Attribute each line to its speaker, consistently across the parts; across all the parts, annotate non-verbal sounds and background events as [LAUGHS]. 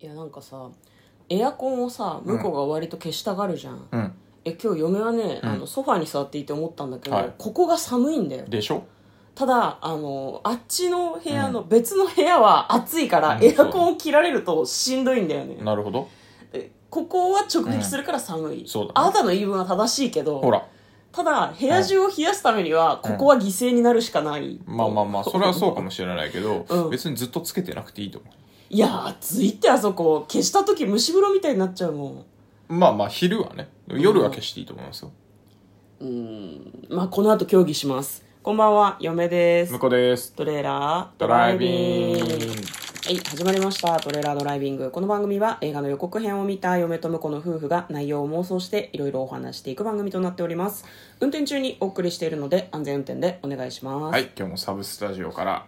Speaker 1: いやなんかさエアコンをさ向こうが割と消したがるじゃん、
Speaker 2: うん
Speaker 1: え今日嫁はね、
Speaker 2: うん
Speaker 1: あのソファーに座っていて思ったんだけど、
Speaker 2: はい
Speaker 1: ここが寒いんだよ
Speaker 2: でしょ
Speaker 1: ただあのあっちの部屋の、別の部屋は暑いから、
Speaker 2: うん
Speaker 1: エアコンを切られるとしんどいんだよね
Speaker 2: なるほど
Speaker 1: えここは直撃するから寒い、
Speaker 2: んそうだね
Speaker 1: あなたの言い分は正しいけど
Speaker 2: ほら
Speaker 1: ただ部屋中を冷やすためには、
Speaker 2: うん
Speaker 1: ここは犠牲になるしかない、
Speaker 2: まあまあまあそれはそうかもしれないけ
Speaker 1: [LAUGHS]
Speaker 2: ど、
Speaker 1: うん
Speaker 2: 別にずっとつけてなくていいと思
Speaker 1: いや暑いってあそこ消した時蒸し風呂みたいになっちゃうもん
Speaker 2: うまあまあ昼はね夜は消していいと思いますよ、
Speaker 1: うーんまあこの後協議しますこんばんは嫁です
Speaker 2: 向こうです
Speaker 1: トレーラー
Speaker 2: ドライビング
Speaker 1: はい始まりましたトレーラードライビングこの番組は映画の予告編を見た嫁と婿の夫婦が内容を妄想していろいろお話していく番組となっております運転中にお送りしているので安全運転でお願いします
Speaker 2: はい今日もサブスタジオから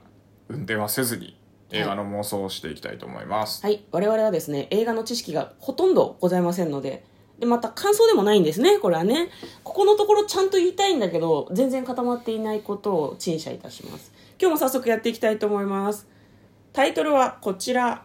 Speaker 2: 運転はせずに映画の妄想をしていきたいと思います、
Speaker 1: はい、我々はですね映画の知識がほとんどございませんのででまた感想でもないんですねこれはねここのところちゃんと言いたいんだけど全然固まっていないことを陳謝いたします今日も早速やっていきたいと思いますタイトルはこちら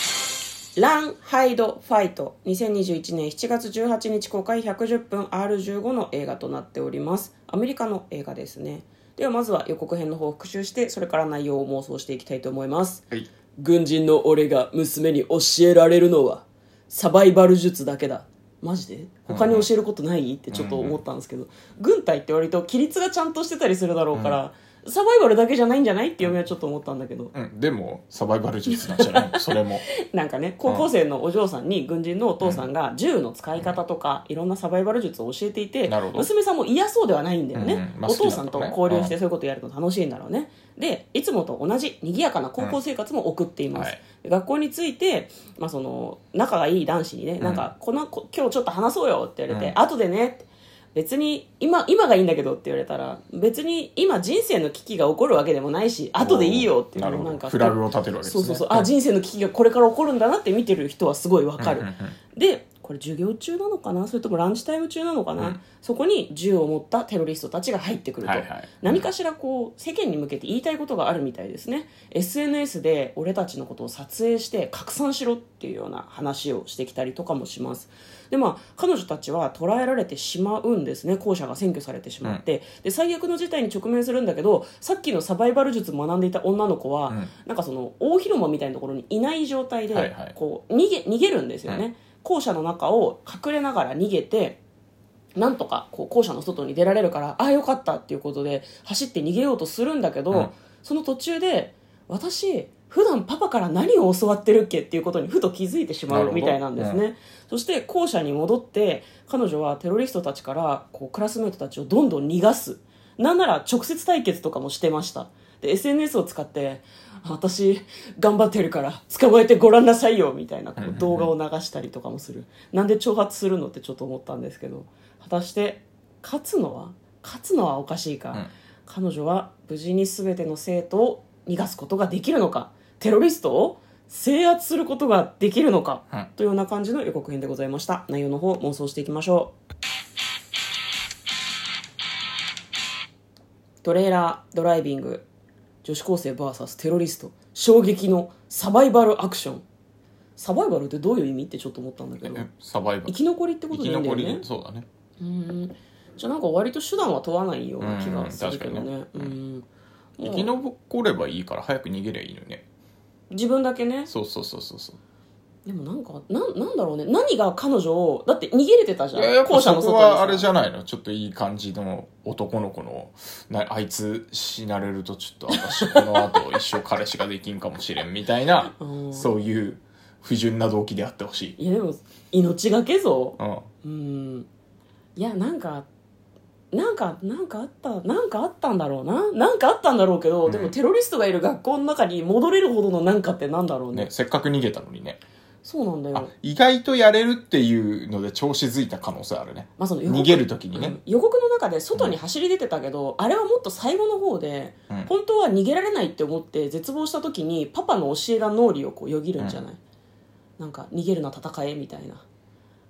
Speaker 1: 「ラン・ハイド・ファイト」2021年7月18日公開110分 R15 の映画となっておりますアメリカの映画ですねではまずは予告編の方を復習してそれから内容を妄想していきたいと思います
Speaker 2: はい、
Speaker 1: 軍人の俺が娘に教えられるのはサバイバル術だけだマジで他に教えることない、ってちょっと思ったんですけど、軍隊って割と規律がちゃんとしてたりするだろうから、サバイバルだけじゃないんじゃないって嫁はちょっと思ったんだけど、
Speaker 2: うん、でもサバイバル術なんじゃないのそれも
Speaker 1: なんかね高校生のお嬢さんに軍人のお父さんが銃の使い方とか、いろんなサバイバル術を教えていて
Speaker 2: なるほど
Speaker 1: 娘さんも嫌そうではないんだよね、
Speaker 2: うんうんまあ
Speaker 1: お父さんと
Speaker 2: 好きだからね
Speaker 1: 交流してそういうことやると楽しいんだろうね、でいつもと同じ賑やかな高校生活も送っています、
Speaker 2: うんはい
Speaker 1: で学校について、まあ、その仲がいい男子にね、なんかこのこ今日ちょっと話そうよって言われて、
Speaker 2: うん
Speaker 1: 後でねって別に今今がいいんだけどって言われたら別に今人生の危機が起こるわけでもないし [LAUGHS] 後でいいよっていう
Speaker 2: なる
Speaker 1: の
Speaker 2: ほ
Speaker 1: をなん
Speaker 2: ど
Speaker 1: か
Speaker 2: フラグを立てるわけです
Speaker 1: そ
Speaker 2: ね
Speaker 1: うそうそうあ人生の危機がこれから起こるんだなって見てる人はすごいわかる、
Speaker 2: うんうんうん
Speaker 1: でこれ授業中なのかなそれともランチタイム中なのかな、
Speaker 2: うん
Speaker 1: そこに銃を持ったテロリストたちが入ってくると、
Speaker 2: はいはい
Speaker 1: 何かしらこう世間に向けて言いたいことがあるみたいですね SNS で俺たちのことを撮影して拡散しろっていうような話をしてきたりとかもしますでまあ彼女たちは捕らえられてしまうんですね校舎が占拠されてしまって、で最悪の事態に直面するんだけどさっきのサバイバル術を学んでいた女の子は、
Speaker 2: うん
Speaker 1: なんかその大広間みたいなところにいない状態
Speaker 2: は
Speaker 1: で
Speaker 2: いはい
Speaker 1: こう逃げ逃げるんですよね、
Speaker 2: う
Speaker 1: 校舎の中を隠れながら逃げてなんとかこう校舎の外に出られるからああよかったっていうことで走って逃げようとするんだけど、
Speaker 2: うん
Speaker 1: その途中で私普段パパから何を教わってるっけっていうことにふと気づいてしま
Speaker 2: なる
Speaker 1: う
Speaker 2: ほど
Speaker 1: みたいなんですね、そして校舎に戻って彼女はテロリストたちからこうクラスメートたちをどんどん逃がすなんなら直接対決とかもしてましたで SNS を使って私頑張ってるから捕まえてごらんなさいよみたいなこ
Speaker 2: うんうんう
Speaker 1: うん動画を流したりとかもするなんで挑発するのってちょっと思ったんですけど果たして勝つのは勝つのはおかしいか、
Speaker 2: うん
Speaker 1: 彼女は無事に全ての生徒を逃がすことができるのかテロリストを制圧することができるのか、
Speaker 2: うん
Speaker 1: というような感じの予告編でございました内容の方妄想していきましょうトレーラードライビング女子高生 VS テロリスト衝撃のサバイバルアクションサバイバルってどういう意味ってちょっと思ったんだけど
Speaker 2: えサバイバ
Speaker 1: 生
Speaker 2: ル
Speaker 1: き残りってこ
Speaker 2: 生
Speaker 1: とで
Speaker 2: き
Speaker 1: いいんだよ
Speaker 2: 残
Speaker 1: ね
Speaker 2: りそうだね
Speaker 1: うんじゃあなんか割と手段は問わないような気がするけど
Speaker 2: うん
Speaker 1: ねう
Speaker 2: 確かに
Speaker 1: んも
Speaker 2: 生
Speaker 1: う
Speaker 2: き残ればいいから早く逃げりゃいいのにね
Speaker 1: 自分だけね
Speaker 2: そうそうそうそうそう
Speaker 1: でもなんかなんなんだろうね何が彼女をだって逃げれてたじ
Speaker 2: いやや
Speaker 1: ゃん
Speaker 2: っぱ
Speaker 1: 校舎
Speaker 2: そ
Speaker 1: の外
Speaker 2: こ
Speaker 1: にさ
Speaker 2: はあれじゃないのちょっといい感じの男の子のなあいつ死なれるとちょっと私この後一生彼氏ができんかもしれんみたいな
Speaker 1: うん
Speaker 2: そういう不純な動機であってほしい、
Speaker 1: いやでも命がけぞ
Speaker 2: うん、
Speaker 1: うんいやなんかなんかなんかあったなんかあったんだろうななんかあったんだろうけど、
Speaker 2: うん
Speaker 1: でもテロリストがいる学校の中に戻れるほどのなんかってなんだろうね
Speaker 2: ねせっかく逃げたのにね
Speaker 1: そうなんだ
Speaker 2: あ
Speaker 1: よ
Speaker 2: 意外とやれるっていうので調子づいた可能性あるね
Speaker 1: まあその予告
Speaker 2: 逃げる時に
Speaker 1: う
Speaker 2: ね
Speaker 1: ん、予告の中で外に走り出てたけど、あれはもっと最後の方で
Speaker 2: うん
Speaker 1: 本当は逃げられないって思って絶望した時にパパの教えが脳裏をこうよぎるんじゃない、なんか逃げるな戦えみたいな、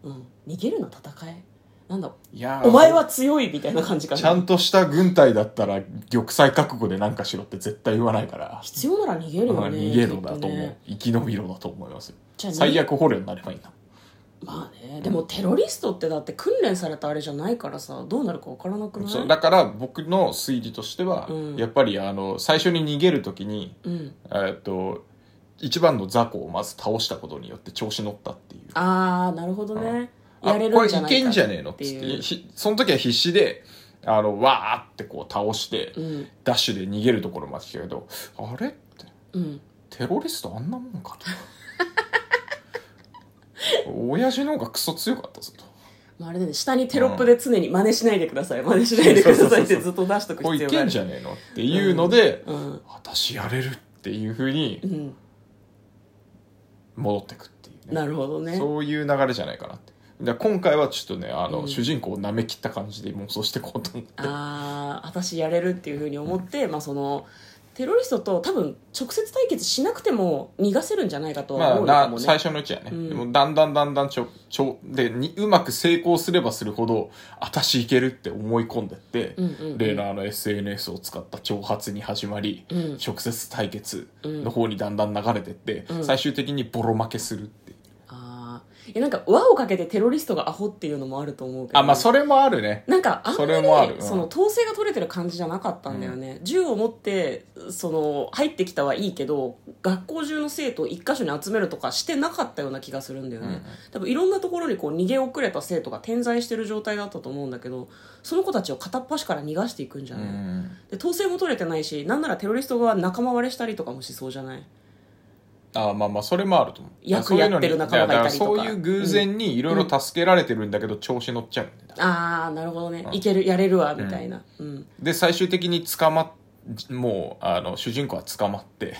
Speaker 1: うん、逃げるな戦えなんだ
Speaker 2: いやー
Speaker 1: お前は強いみたいな感じか
Speaker 2: ちゃ
Speaker 1: なん
Speaker 2: とした軍隊だったら玉砕覚悟でなんかしろって絶対言わないから、
Speaker 1: 必要なら逃げる
Speaker 2: ま
Speaker 1: よ
Speaker 2: あ
Speaker 1: ね
Speaker 2: 逃げろだと思う、
Speaker 1: きっね
Speaker 2: 生き延びろだと思いますよ
Speaker 1: じゃあね
Speaker 2: 最悪捕虜になればいいな
Speaker 1: まあねでもテロリストってだって訓練されたあれじゃないからさどうなるか分からなくない
Speaker 2: そうだから僕の推理としては、
Speaker 1: うん
Speaker 2: やっぱりあの最初に逃げる時に、
Speaker 1: うん、
Speaker 2: えーっと一番の雑魚をまず倒したことによって調子乗ったっていう
Speaker 1: ああなるほどね、
Speaker 2: あ
Speaker 1: やれるんじゃないか
Speaker 2: これいけんじゃねえのっ
Speaker 1: って
Speaker 2: つって
Speaker 1: いう
Speaker 2: ひその時は必死であのわーってこう倒して、
Speaker 1: うん
Speaker 2: ダッシュで逃げるところまで来たけどあれって
Speaker 1: うん
Speaker 2: テロリストあんなも
Speaker 1: [LAUGHS]
Speaker 2: んかと親父の方がクソ強かったぞと
Speaker 1: まあ、あれだね下にテロップで常に真似しないでください真似しないでくださいってずっと出しとく
Speaker 2: こう
Speaker 1: 必
Speaker 2: い
Speaker 1: 要が
Speaker 2: け
Speaker 1: あ
Speaker 2: ん
Speaker 1: る
Speaker 2: じゃねえのっていうので、
Speaker 1: うん
Speaker 2: 私やれるっていうふうに
Speaker 1: うん
Speaker 2: 戻ってくっていうね
Speaker 1: なるほどね
Speaker 2: そういう流れじゃないかなってだから今回はちょっとねあの、
Speaker 1: うん
Speaker 2: 主人公をなめきった感じで妄想していこうと思って
Speaker 1: ああ私やれるっていうふうに思って、まあ、そのテロリストと多分直接対決しなくても逃がせるんじゃないかとは
Speaker 2: ま
Speaker 1: 思うのか
Speaker 2: あ、
Speaker 1: も
Speaker 2: な
Speaker 1: ね、
Speaker 2: 最初のうちはね、
Speaker 1: うん
Speaker 2: でもだんだんだんだんちょちょでにうまく成功すればするほど私いけるって思い込んでって、
Speaker 1: うんうんうん
Speaker 2: レーナーの SNS を使った挑発に始まり、
Speaker 1: うん
Speaker 2: 直接対決の方にだんだん流れてって、
Speaker 1: うん
Speaker 2: 最終的にボロ負けするっていう、
Speaker 1: あーいやなんか輪をかけてテロリストがアホっていうのもあると思うけど
Speaker 2: あまあそれもあるね
Speaker 1: なんかあんま
Speaker 2: そ
Speaker 1: り
Speaker 2: れもあるうん
Speaker 1: その統制が取れてる感じじゃなかったんだよね、銃を持ってその入ってきたはいいけど学校中の生徒を一箇所に集めるとかしてなかったような気がするんだよね、
Speaker 2: うん
Speaker 1: 多分いろんなところにこう逃げ遅れた生徒が点在してる状態だったと思うんだけどその子たちを片っ端から逃がしていくんじゃ
Speaker 2: う
Speaker 1: ない、
Speaker 2: ん
Speaker 1: で統制も取れてないしなんならテロリストが仲間割れしたりとかもしそうじゃない
Speaker 2: あまあまあそれもあると思う
Speaker 1: 役
Speaker 2: そういうのに
Speaker 1: やってる仲間がいたりとか
Speaker 2: だらそういう偶然にいろいろ助けられてるんだけど、調子乗っちゃうんだよね
Speaker 1: ああなるほどね、いけるやれるわみたいな、うん、
Speaker 2: で最終的に捕まっもうあの主人公は捕まって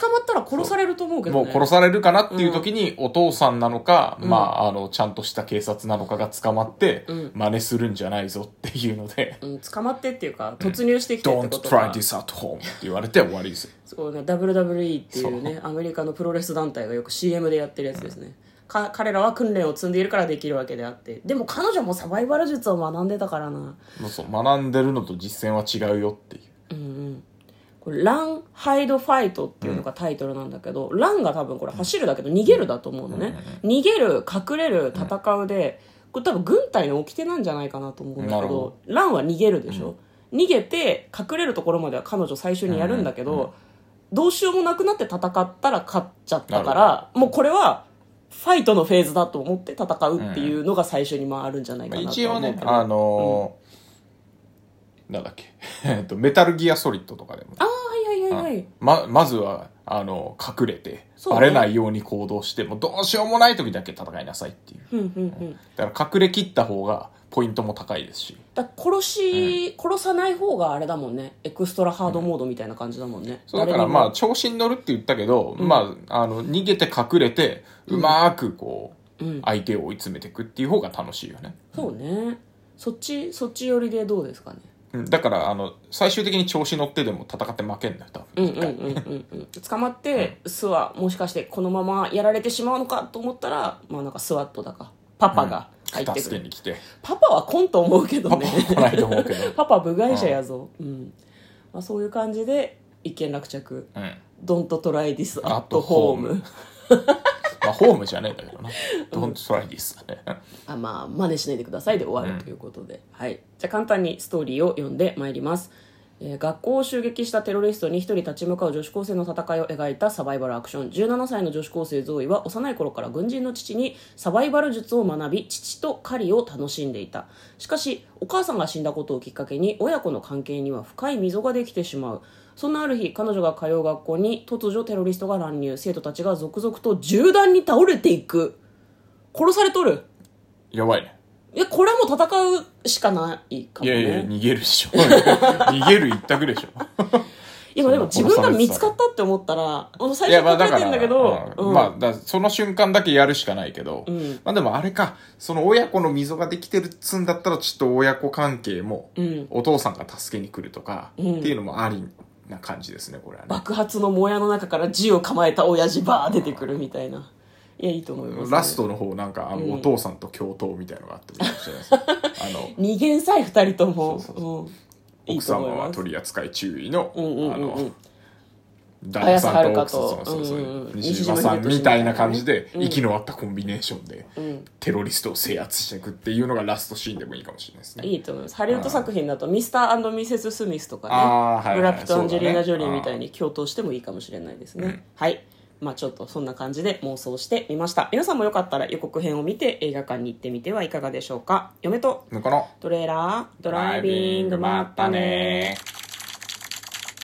Speaker 1: 捕まったら殺されると思うけど、
Speaker 2: も
Speaker 1: ね、
Speaker 2: う殺されるかなっていう時に、お父さんなのか、
Speaker 1: うん
Speaker 2: まあ、あの、ちゃんとした警察なのかが捕まって、
Speaker 1: うん
Speaker 2: 真似するんじゃないぞっていうので、
Speaker 1: うん、捕ま [LAUGHS] ってっていうか突入してきてって
Speaker 2: Don't
Speaker 1: ことが
Speaker 2: try this at home って言われて終わりですよ。
Speaker 1: そうね WWE っていうねアメリカのプロレス団体がよく CM でやってるやつですね、か彼らは訓練を積んでいるからできるわけであってでも彼女もサバイバル術を学んでたからな
Speaker 2: もうそう、学んでるのと実践は違うよっていう。
Speaker 1: これ「ラン・ハイド・ファイト」っていうのがタイトルなんだけど、ランが多分これ走るだけど逃げるだと思うのね、逃げる隠れる戦うでこれ多分軍隊の掟なんじゃないかなと思うんだ
Speaker 2: な
Speaker 1: けど
Speaker 2: るほど
Speaker 1: ランは逃げるでしょ、逃げて隠れるところまでは彼女最初にやるんだけど、どうしようもなくなって戦ったら勝っちゃったか
Speaker 2: なる
Speaker 1: らもうこれはファイトのフェーズだと思って戦うっていうのが最初に回るんじゃないか
Speaker 2: まあ、
Speaker 1: なと思うけ
Speaker 2: 一
Speaker 1: ど、
Speaker 2: 応ね、あのーなんだっけ、 [LAUGHS] えっと、メタルギアソリッドとかでも。
Speaker 1: あーはいはいはいはい、
Speaker 2: ま、まずは、あの、隠れて、
Speaker 1: そうね
Speaker 2: バレないように行動して、もうどうしようもない時だけ戦いなさいっていう。
Speaker 1: ふんふんふん
Speaker 2: だから隠れ切った方がポイントも高いですし
Speaker 1: だから殺し、殺さない方があれだもんねエクストラハードモードみたいな感じだもんね、
Speaker 2: そうだか
Speaker 1: 誰
Speaker 2: ら
Speaker 1: に
Speaker 2: まあ
Speaker 1: も
Speaker 2: 調子に乗るって言ったけど、まああの逃げて隠れてうまーくこう、相手を追い詰めていくっていう方が楽しいよね
Speaker 1: そうねそっちそっち寄りでどうですかね
Speaker 2: うんだからあの最終的に調子乗ってでも戦って負けんのよ多
Speaker 1: うん
Speaker 2: 分、
Speaker 1: うんうんうんうん捕まって、スワもしかしてこのままやられてしまうのかと思ったらまあなんかスワットだかパパが入ってく
Speaker 2: 助
Speaker 1: る、
Speaker 2: けに来て
Speaker 1: パパは来んと思うけど
Speaker 2: パ
Speaker 1: ね
Speaker 2: パは来ないと思うけど
Speaker 1: [LAUGHS] パパ部外者やぞ、うんまあ、そういう感じで一件落着
Speaker 2: うん
Speaker 1: 「Don't try this
Speaker 2: At
Speaker 1: at home
Speaker 2: home」まあホームじゃねえんだけどな「Don't try this」だね
Speaker 1: あまあ真似しないでくださいで終わるということで、はい、じゃあ簡単にストーリーを読んでまいります、えー学校を襲撃したテロリストに一人立ち向かう女子高生の戦いを描いたサバイバルアクション17歳の女子高生ゾーイは幼い頃から軍人の父にサバイバル術を学び父と狩りを楽しんでいたしかしお母さんが死んだことをきっかけに親子の関係には深い溝ができてしまうそんなある日彼女が通う学校に突如テロリストが乱入生徒たちが続々と銃弾に倒れていく殺されとる
Speaker 2: やばいね
Speaker 1: いや、これはもう戦うしかないか
Speaker 2: い
Speaker 1: も
Speaker 2: や
Speaker 1: ね。
Speaker 2: いや逃げるでしょ [LAUGHS] 逃げる一択でしょ
Speaker 1: いやでも自分が
Speaker 2: そんな殺されてたら
Speaker 1: 見つかったって思ったら、あの最
Speaker 2: いや
Speaker 1: 初
Speaker 2: まあ
Speaker 1: は
Speaker 2: だ
Speaker 1: 隠
Speaker 2: か
Speaker 1: れて
Speaker 2: ら、
Speaker 1: んだけど、
Speaker 2: う
Speaker 1: うんん
Speaker 2: まあだその瞬間だけやるしかないけど、
Speaker 1: ん
Speaker 2: まあでもあれかその親子の溝ができてるっつうんだったらちょっと親子関係も、
Speaker 1: うん
Speaker 2: お父さんが助けに来るとか、
Speaker 1: うん
Speaker 2: っていうのもありな感じですねこれはね
Speaker 1: 爆発のもやの中から銃を構えた親父バー出てくるみたいな。いやいいと思います、
Speaker 2: ラストの方なんかあのお父さんと共闘みたいのがあってもいいかもしれないですねあの
Speaker 1: 二元さえ二人とも
Speaker 2: そうそう
Speaker 1: うんいい
Speaker 2: 奥
Speaker 1: と思
Speaker 2: 様
Speaker 1: い
Speaker 2: は
Speaker 1: ます
Speaker 2: 取り扱い注意の、
Speaker 1: うんうん
Speaker 2: あ
Speaker 1: うんうん
Speaker 2: の旦那さんと奥さん
Speaker 1: 綾瀬はるかと
Speaker 2: そうそうそう
Speaker 1: うんうんうん
Speaker 2: 西島さんみたいな感じで、
Speaker 1: うん
Speaker 2: 息の合ったコンビネーションで、
Speaker 1: ん
Speaker 2: テロリストを制圧していくっていうのがラストシーンでもいいかもしれないですね
Speaker 1: いいと思いますハリウッド作品だとミスターミセス・スミスとかね、
Speaker 2: あーはいはい
Speaker 1: ブラピとアンジェリーナ・ジ
Speaker 2: そ
Speaker 1: ョ
Speaker 2: うだ
Speaker 1: リ
Speaker 2: ね
Speaker 1: ーみたいに共闘してもいいかもしれないですね、
Speaker 2: うん
Speaker 1: はいまあちょっとそんな感じで妄想してみました皆さんもよかったら予告編を見て映画館に行ってみてはいかがでしょうか嫁と
Speaker 2: 向こうの
Speaker 1: トレーラードライビングまったね
Speaker 2: ー